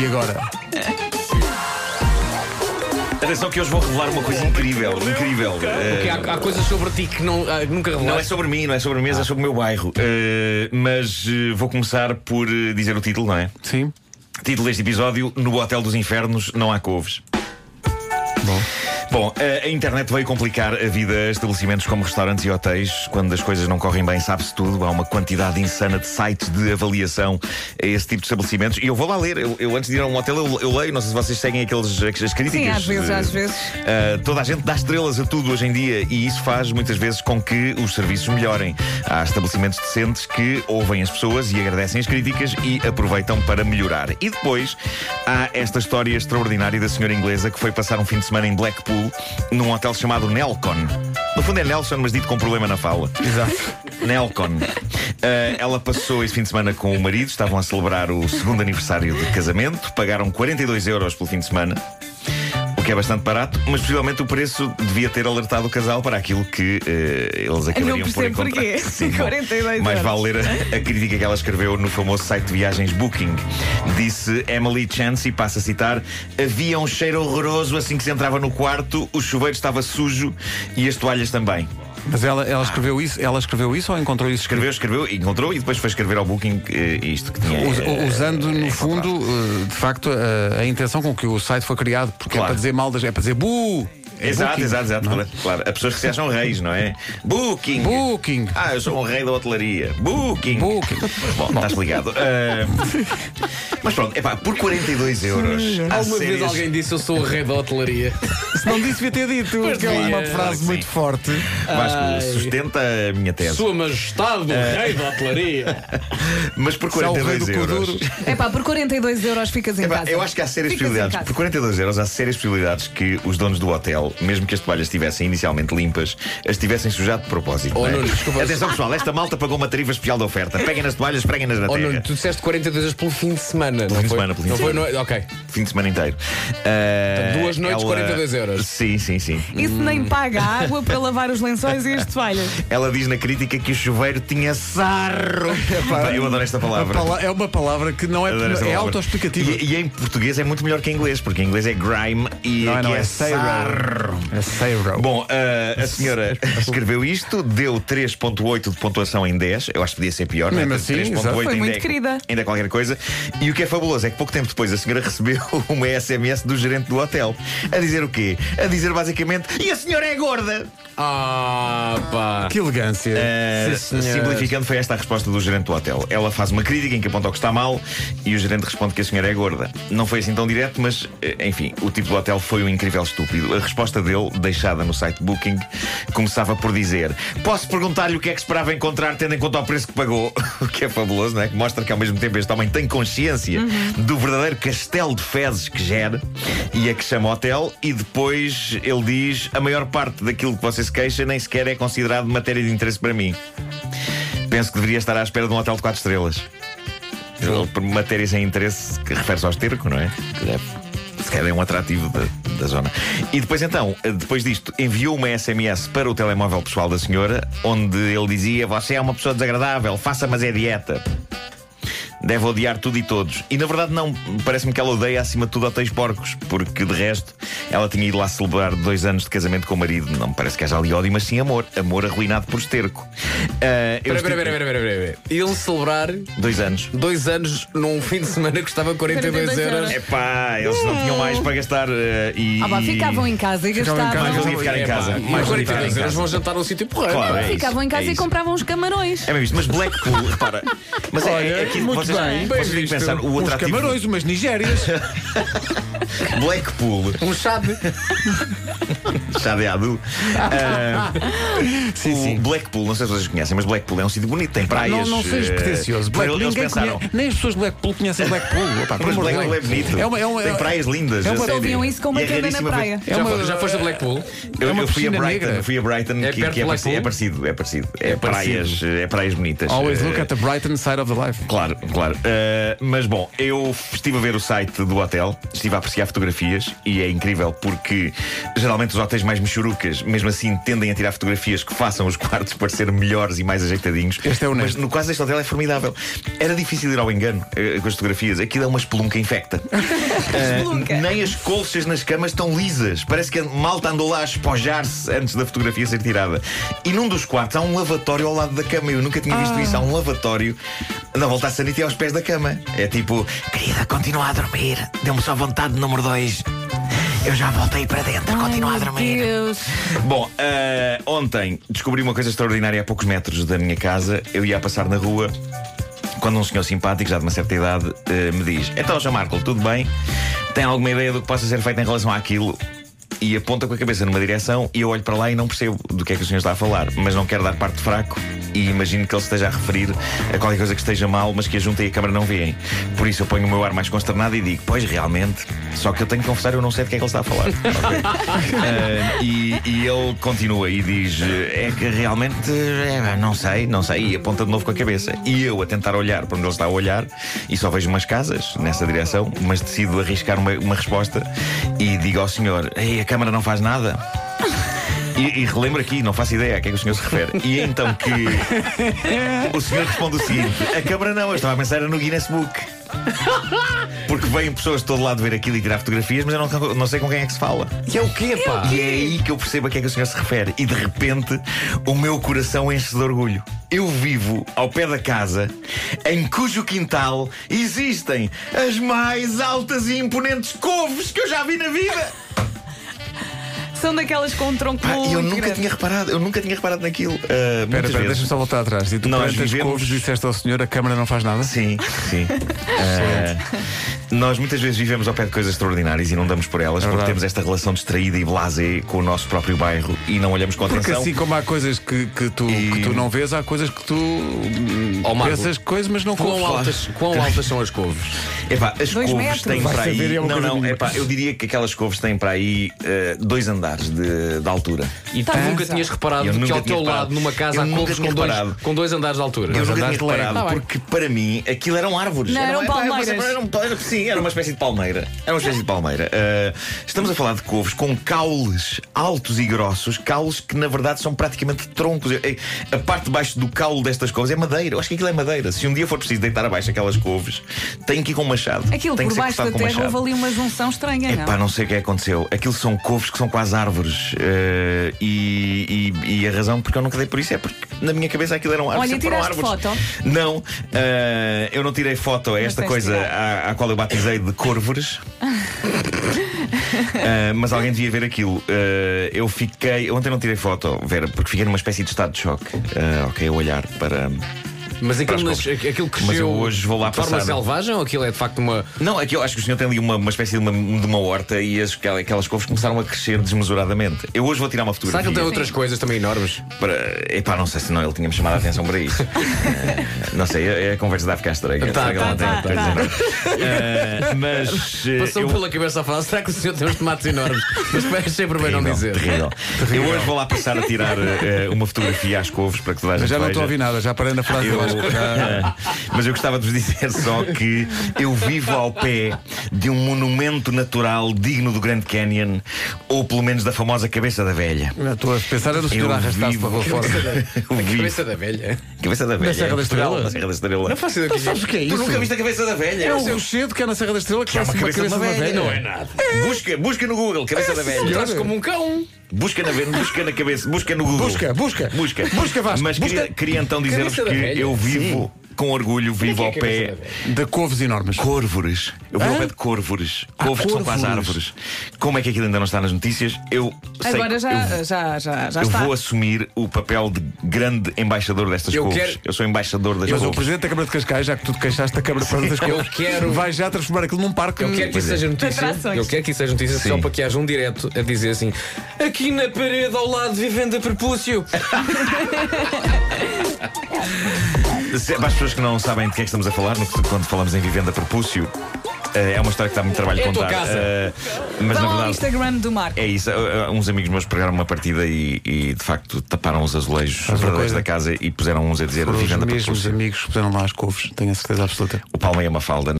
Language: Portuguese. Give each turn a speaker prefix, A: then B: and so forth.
A: E agora?
B: Atenção que hoje vou revelar uma coisa incrível, incrível.
C: Porque
B: Eh,
C: há, há coisas sobre ti que não, ah, nunca
B: não é
C: revelaste.
B: sobre mim, não é sobre mim, mas é sobre o meu bairro. Eh, mas eh, vou começar por eh, dizer o título, não é?
A: Sim.
B: Título deste episódio: No Hotel dos Infernos não há couves. Bom, eh, a, a internet veio complicar a vida a estabelecimentos como restaurantes e hotéis. Quando as coisas não correm bem, sabe-se tudo. Há uma quantidade insana de sites de avaliação a esse tipo de estabelecimentos. E eu vou lá ler. Eu, eu antes de ir a um hotel, eu, eu leio. Não sei se vocês seguem aqueles, as críticas.
D: Sim, às vezes,
B: de-
D: às vezes.
B: Uh, toda a gente dá estrelas a tudo hoje em dia e isso faz muitas vezes com que os serviços melhorem. Há estabelecimentos decentes que ouvem as pessoas e agradecem as críticas e aproveitam para melhorar. E depois há esta história extraordinária da senhora inglesa que foi passar um fim de semana em Blackpool num hotel chamado Nelcon. No fundo é Nelson, mas dito com problema na fala.
A: Exato.
B: Nelcon. Ah, ela passou esse fim de semana com o marido, estavam a celebrar o segundo aniversário de casamento, pagaram 42 euros pelo fim de semana. O que é bastante barato, mas possivelmente o preço devia ter alertado o casal para aquilo que eh, eles acabariam por
D: percebo
B: encontrar.
D: porquê.
B: bom,
D: 42
B: mais
D: euros.
B: vale ler a, a crítica que ela escreveu no famoso site de viagens Booking. Disse Emily Chance, e passo a citar: Havia um cheiro horroroso assim que se entrava no quarto, o chuveiro estava sujo e as toalhas também.
A: Mas ela, ela escreveu isso, ela escreveu isso ou encontrou isso escrito?
B: Escreveu, escreveu, encontrou e depois foi escrever ao Booking eh, isto que tinha.
A: Us-
B: eh,
A: Usando, no
B: encontrado.
A: fundo, eh, de facto, a, a intenção com que o site foi criado, porque é
B: Claro.
A: para dizer mal das. É para dizer bu! É
B: Exato,
A: booking,
B: exato, exato.
A: não é?
B: Claro, claro. Há pessoas que se acham reis, não é? Booking!
A: Booking.
B: Ah, eu sou um rei da hotelaria. Booking!
A: Booking.
B: Bom, estás ligado. Ah, mas pronto, epá, por 42 euros. há
C: Alguma vez
B: séries-
C: alguém disse eu sou o rei da hotelaria.
A: Se não disse, devia ter dito, que é
C: devia,
A: uma
C: claro
B: que
A: frase
B: sim.
A: muito forte.
C: Ai.
B: Vasco, sustenta a minha tese.
C: Sua Majestade, o
B: É.
C: rei da hotelaria.
B: Mas por
A: Se é o rei
B: 42
A: do cu duro.
B: euros.
D: É pá, por 42 euros ficas em
B: Epá,
D: casa.
B: É eu acho que há sérias
D: Ficas assim em
B: possibilidades.
D: casa.
B: Por 42 euros, há sérias possibilidades que os donos do hotel, mesmo que as toalhas estivessem inicialmente limpas, as tivessem sujado de propósito.
C: Oh,
B: não é?
C: Nuno, desculpa.
B: Atenção pessoal, esta malta pagou uma tarifa especial de oferta. Peguem nas toalhas, preguem-nas na
C: Oh,
B: terra.
C: Nuno, tu disseste 42 horas pelo fim de semana. Pelo não
B: fim de
C: foi?
B: semana, pelo fim
C: não
B: de
C: foi,
B: semana.
C: no- Ok.
B: Fim de semana inteiro. Ah,
C: duas noites, 42 euros.
B: Sim, sim, sim.
D: Isso nem paga a água para lavar os lençóis e as toalhas.
B: Ela diz na crítica que o chuveiro tinha sarro. Pá, eu adoro esta
A: A
B: palavra.
A: pala- É uma palavra que não é,
B: Adoro esta
A: é
B: palavra.
A: autoexplicativa.
B: E, e em português é muito melhor que em inglês, porque em inglês é grime e
A: Não é,
B: aqui
A: não, é
B: é sarro.
A: sarro. É sarro.
B: Bom, ah, a senhora escreveu isto, deu 3.8 de pontuação em 10. Eu acho que podia ser pior,
A: Mesmo
B: é?
A: assim,
B: 3.8
A: exato.
D: Foi
B: ainda
D: muito
B: é-
D: querida.
B: Ainda é qualquer coisa. E o que é fabuloso é que pouco tempo depois a senhora recebeu uma SMS do gerente do hotel. A dizer o quê? A dizer basicamente: E a senhora é gorda!
C: Ah, pá.
A: Que elegância.
B: Ah,
C: Sim, senhor.
B: simplificando, foi esta a resposta do gerente do hotel. Ela faz uma crítica em que aponta o que está mal e o gerente responde que a senhora é gorda. Não foi assim tão direto, mas eh, enfim, o tipo do hotel foi um incrível estúpido. A resposta dele, deixada no site Booking, começava por dizer: Posso perguntar-lhe o que é que esperava encontrar, tendo em conta o preço que pagou? O que é fabuloso, não é? Que mostra que ao mesmo tempo este homem tem consciência do verdadeiro castelo de fezes que gera e a que chama hotel. E depois ele diz: A maior parte daquilo que você se queixa nem sequer é considerado matéria de interesse para mim. Penso que deveria estar à espera de um hotel de 4 estrelas. Ele, Por matéria sem interesse, que refere-se ao esterco, não é? Que é, Se calhar é um atrativo da, da zona. E depois, então, depois disto, enviou uma SMS para o telemóvel pessoal da senhora, onde ele dizia: Você é uma pessoa desagradável, faça, mas é dieta. Deve odiar tudo e todos. E na verdade, não. Parece-me que ela odeia acima de tudo hotéis porcos, porque de resto ela tinha ido lá celebrar dois anos de casamento com o marido. Não me parece que haja ali ódio, mas sim amor. Amor arruinado por esterco. Ah, eu
C: Pera,
B: estive-
C: pera, pera, pera, pera, pera. Ele celebrar
B: Dois anos.
C: dois anos num fim de semana que custava 42 euros.
B: Epá, eles não tinham mais para gastar eh, e.
D: Ah, pá, ficavam em casa e
A: Ficavam em
D: gastavam.
B: Mas
A: casa.
B: valia ficar em
C: Epá,
B: casa.
C: E
B: Ah, Mais valia ficar
C: 42
B: em
C: euros
B: casa.
C: vão jantar um sítio porreiro.
B: Claro, é isso,
D: Ficavam em casa
B: é
D: e
B: isso.
D: compravam uns camarões.
B: É mesmo isso, mas Blackpool, repara. Mas é- é, aqui
A: muito
B: vocês,
A: bem.
B: vocês
C: Bem
B: têm que
C: visto.
B: pensar, o
A: Uns
B: atrativo.
A: camarões, umas nigérias.
B: Blackpool,
C: Um chá de.
B: chá de adu. Ah,
A: sim,
B: o Blackpool, não sei se vocês conhecem, mas Blackpool é um sítio bonito, tem praias.
A: Não, não sejas
B: eh,
A: pretencioso.
B: mas
A: Blackpool,
B: eles
A: ninguém
B: pensaram.
A: conhece, nem as pessoas de Blackpool conhecem Blackpool. Opa, por
B: Mas
A: amor de
B: Blackpool é
A: Deus.
B: bonito.
A: É uma- é uma-
B: tem praias lindas.
A: é
B: a
A: uma-
B: sério.
D: Ouviam isso com uma
B: E é
D: cana na
B: raríssima-
D: praia.
A: É
C: já,
A: uma-
C: fo- já foste a Blackpool?
B: Eu,
A: É uma
B: eu fui a
A: piscina
B: Brighton,
A: negra.
B: fui a Brighton,
C: É
B: que,
C: perto
B: que é, parecido,
C: de Blackpool?
B: é parecido, é parecido. É,
C: parecido.
B: praias, é praias bonitas.
A: Always
B: Eh,
A: look at the bright side of the life.
B: Claro, claro. claro. Uh, mas bom, eu estive a ver o site do hotel, estive a apreciar fotografias e é incrível porque geralmente os hotéis mais mexurucas, mesmo assim, tendem a tirar fotografias que façam os quartos parecer melhores e mais ajeitadinhos.
A: Este é
B: Mas
A: honesto.
B: no caso deste hotel é formidável. Era difícil ir ao engano eh, com as fotografias. Aquilo é uma espelunca infecta. Eh,
D: Espelunca.
B: nem as colchas nas camas estão lisas. Parece que a malta andou lá a espojar-se antes da fotografia ser tirada. E num dos quartos há um lavatório ao lado da cama. Eu nunca tinha visto isso. Há um lavatório na volta à sanita e aos pés da cama. É tipo, querida, continua a dormir. Deu-me só vontade de número 2. Eu já voltei para dentro, continua a
D: Ai, meu
B: dormir.
D: Deus.
B: Bom, eh, ontem descobri uma coisa extraordinária a poucos metros da minha casa. Eu ia a passar na rua quando um senhor simpático, já de uma certa idade, eh, me diz: Então, João Marco, tudo bem? Tem alguma ideia do que possa ser feito em relação àquilo? E aponta com a cabeça numa direção e eu olho para lá e não percebo do que é que o senhor está a falar, mas não quero dar parte de fraco e imagino que ele esteja a referir a qualquer coisa que esteja mal, mas que a junta e a câmara não veem. Por isso eu ponho o meu ar mais consternado e digo: Pois realmente, só que eu tenho que confessar, eu não sei do que é que ele está a falar. Ah, e, e ele continua e diz: É que realmente, é, não sei, não sei. E aponta de novo com a cabeça. E eu a tentar olhar para onde ele está a olhar, e só vejo umas casas nessa direção, mas decido arriscar uma, uma resposta e digo ao senhor: Ei, a câmara não faz nada. E, e relembro aqui, não faço ideia a que é que o senhor se refere. E é então que o senhor responde o seguinte: A câmara não, eu estava a pensar no Guinness Book. Porque vêm pessoas de todo lado ver aquilo e tirar fotografias, mas eu não, não sei com quem é que se fala.
C: Que é o quê, pá?
B: E é aí que eu percebo a que é que o senhor se refere. E de repente, o meu coração enche-se de orgulho. Eu vivo ao pé da casa em cujo quintal existem as mais altas e imponentes couves que eu já vi na vida.
D: São daquelas com um tronco
B: Pá,
D: muito
B: eu nunca
D: grande.
B: tinha reparado, eu nunca tinha reparado naquilo. uh,
A: Espera, espera,
B: vezes.
A: deixa-me só voltar atrás. E tu
B: Nós
A: perante as
B: vivemos-
A: couves disseste ao senhor, a câmara não faz nada?
B: Sim, sim. Eh, nós muitas vezes vivemos ao pé de coisas extraordinárias e não damos por elas porque
A: verdade.
B: temos esta relação distraída e blasé com o nosso próprio bairro e não olhamos com
A: Porque
B: atenção.
A: assim como há coisas que, que tu,
B: E-
A: que tu não vês, há coisas que tu hum,
C: Ó, Marco,
A: pensas coisas, mas não
C: Quão
A: controlas.
C: altas, quão altas são as couves?
B: Epá, as
D: Dois
B: couves
D: metros.
B: têm
A: Vai
B: para aí.
A: saber, é uma
B: não,
A: coisa
B: não,
A: mínima.
B: epá, eu diria que aquelas couves têm para aí eh, dois andares de, de altura.
C: E tu
D: Tá.
C: nunca tinhas reparado
B: Eu
C: que
B: nunca
C: ao
B: tinha
C: teu
B: reparado.
C: lado, numa casa,
B: Eu
C: há
B: nunca
C: couves
B: tinha
C: com dois,
B: reparado.
C: com dois andares de altura.
B: Eu
A: Dois
B: nunca
A: andares
B: tinha
A: de lego.
B: reparado,
D: Tá bem.
B: porque para mim aquilo eram árvores.
D: Não, eram
B: epá,
D: palmeiras.
B: Era, uma- era um- sim, era uma espécie de palmeira. Era uma espécie de palmeira. Ah, estamos a falar de couves com caules altos e grossos, caules que na verdade são praticamente troncos. Eu- eu- A parte de baixo do caule destas couves é madeira. Eu acho que aquilo é madeira. Se um dia for preciso deitar abaixo aquelas couves, tem que ir com um machado.
D: Aquilo
B: tem que
D: por
B: ser
D: baixo
B: cortado
D: da
B: com
D: terra
B: machado.
D: houve ali uma junção estranha,
B: É
D: não?
B: pá, não sei o que é que aconteceu. Aquilo são couves que são quase árvores. eh, e, e- e a razão porque eu nunca dei por isso é porque na minha cabeça aquilo eram árvores.
D: Olha,
B: sempre foram
D: tiraste
B: árvores. Não, eh, eu não tirei foto a esta
D: tens
B: coisa
D: tirado.
B: à, à qual eu batizei de corvores. Eh, mas alguém devia ver aquilo. Eh, eu fiquei. Ontem não tirei foto, Vera, porque fiquei numa espécie de estado de choque. Eh, ok, a olhar para.
C: Mas aquilo,
B: Para as
C: nas-
B: couves.
C: aquilo cresceu
B: Mas eu hoje vou lá
C: de forma
B: passar.
C: selvagem ou aquilo é de facto uma.
B: Não, aqui eu acho que o senhor tem ali uma, uma espécie de uma, de uma horta e as, aquelas couves começaram a crescer desmesuradamente. Eu hoje vou tirar uma
C: Será
B: fotografia.
C: que ele tem outras coisas também enormes?
B: para... Epá, não sei se não ele tinha-me chamado a atenção para isso. Eh, não sei, a, a conversa está a ficar estranha.
C: Tá,
B: Será que ele não tem
D: tá, tá,
B: coisa
D: tá.
B: enorme? Eh, Mas. eh,
C: Passou
B: eu-
C: pela cabeça a falar, será que o senhor tem uns tomates enormes? Mas parece sempre bem não
B: Terrível,
C: dizer.
B: terrível. Eu hoje vou lá passar a tirar eh, uma fotografia às couves para que toda a
A: Mas
B: gente
A: já não
B: veja.
A: estou a ouvir nada, já parei na frase.
B: Eu-
A: Eu... acho que já-
B: É. mas eu gostava de vos dizer só que eu vivo ao pé de um monumento natural digno do Grand Canyon, ou pelo menos da famosa Cabeça da Velha.
A: Não, Estou a pensar era o senhor
B: Eu
A: a arrastar-se
B: vivo-
A: para a rua fora.
B: Eu vivo.
C: Cabeça da velha.
B: Cabeça da Velha.
A: Serra da
B: em Portugal,
A: Estrela?
B: Na Serra da Estrela.
C: Não faço ideia.
A: sabes o que é
B: Tu nunca viste a Cabeça da Velha?
A: É um rochedo que é na Serra da Estrela que
B: É
A: parece
B: uma cabeça, de uma velha.
A: velha. é
B: nada. Busca, busca no Google, cabeça da velha.
C: Estás como um cão.
B: Busca na, busca na cabeça, busca no Google.
A: Busca, busca.
B: Busca,
A: Busca, Vasco,
B: Mas
A: busca.
B: Queria, queria então dizer-vos
C: Cabeça da
B: que
C: velha.
B: eu vivo com orgulho, vivo
C: é
B: ao
C: que é cabeça
B: pé
C: da velha?
A: De couves enormes.
B: Corvores. Eu vou ao pé de corvores.
C: Ah,
B: Couves que são quase
A: corvores.
B: árvores. Como é que aquilo ainda não está nas notícias? Eu sei
D: Agora
B: que
D: já,
B: eu,
D: já, já, já
B: eu
D: está.
B: vou assumir o papel de grande embaixador destas
C: Eu
B: couves.
C: quero-
B: Eu sou embaixador das
A: Mas o
B: couves.
A: presidente da Câmara de Cascais, já que tu te queixaste da Câmara de das Couves,
C: quero-
A: vai já transformar aquilo num parque.
C: Eu quero que isso
B: Pois é.
C: seja notícia.
D: Atrações.
C: Eu quero que isso seja notícia só para que haja um direto a dizer assim: aqui na parede ao lado vivendo a prepúcio.
B: é Se- Para as pessoas que não sabem de que é que estamos a falar, no que- quando falamos em vivenda propúcio, Eh, É uma história que dá muito trabalho
C: É a tua
B: contar.
C: casa.
B: eh, mas na
D: Vão ao
B: verdade.
D: Instagram do Marco.
B: É isso, uh, uh, uns amigos meus pregaram uma partida e, e, de facto taparam os azulejos
A: uma
B: verdadeiros
A: coisa.
B: da casa e puseram uns a dizer
A: Foram os
B: vivenda para
A: mesmos
B: Pelúcia.
A: amigos que puseram lá as couves, tenho a certeza absoluta.
B: O Palma é uma falda.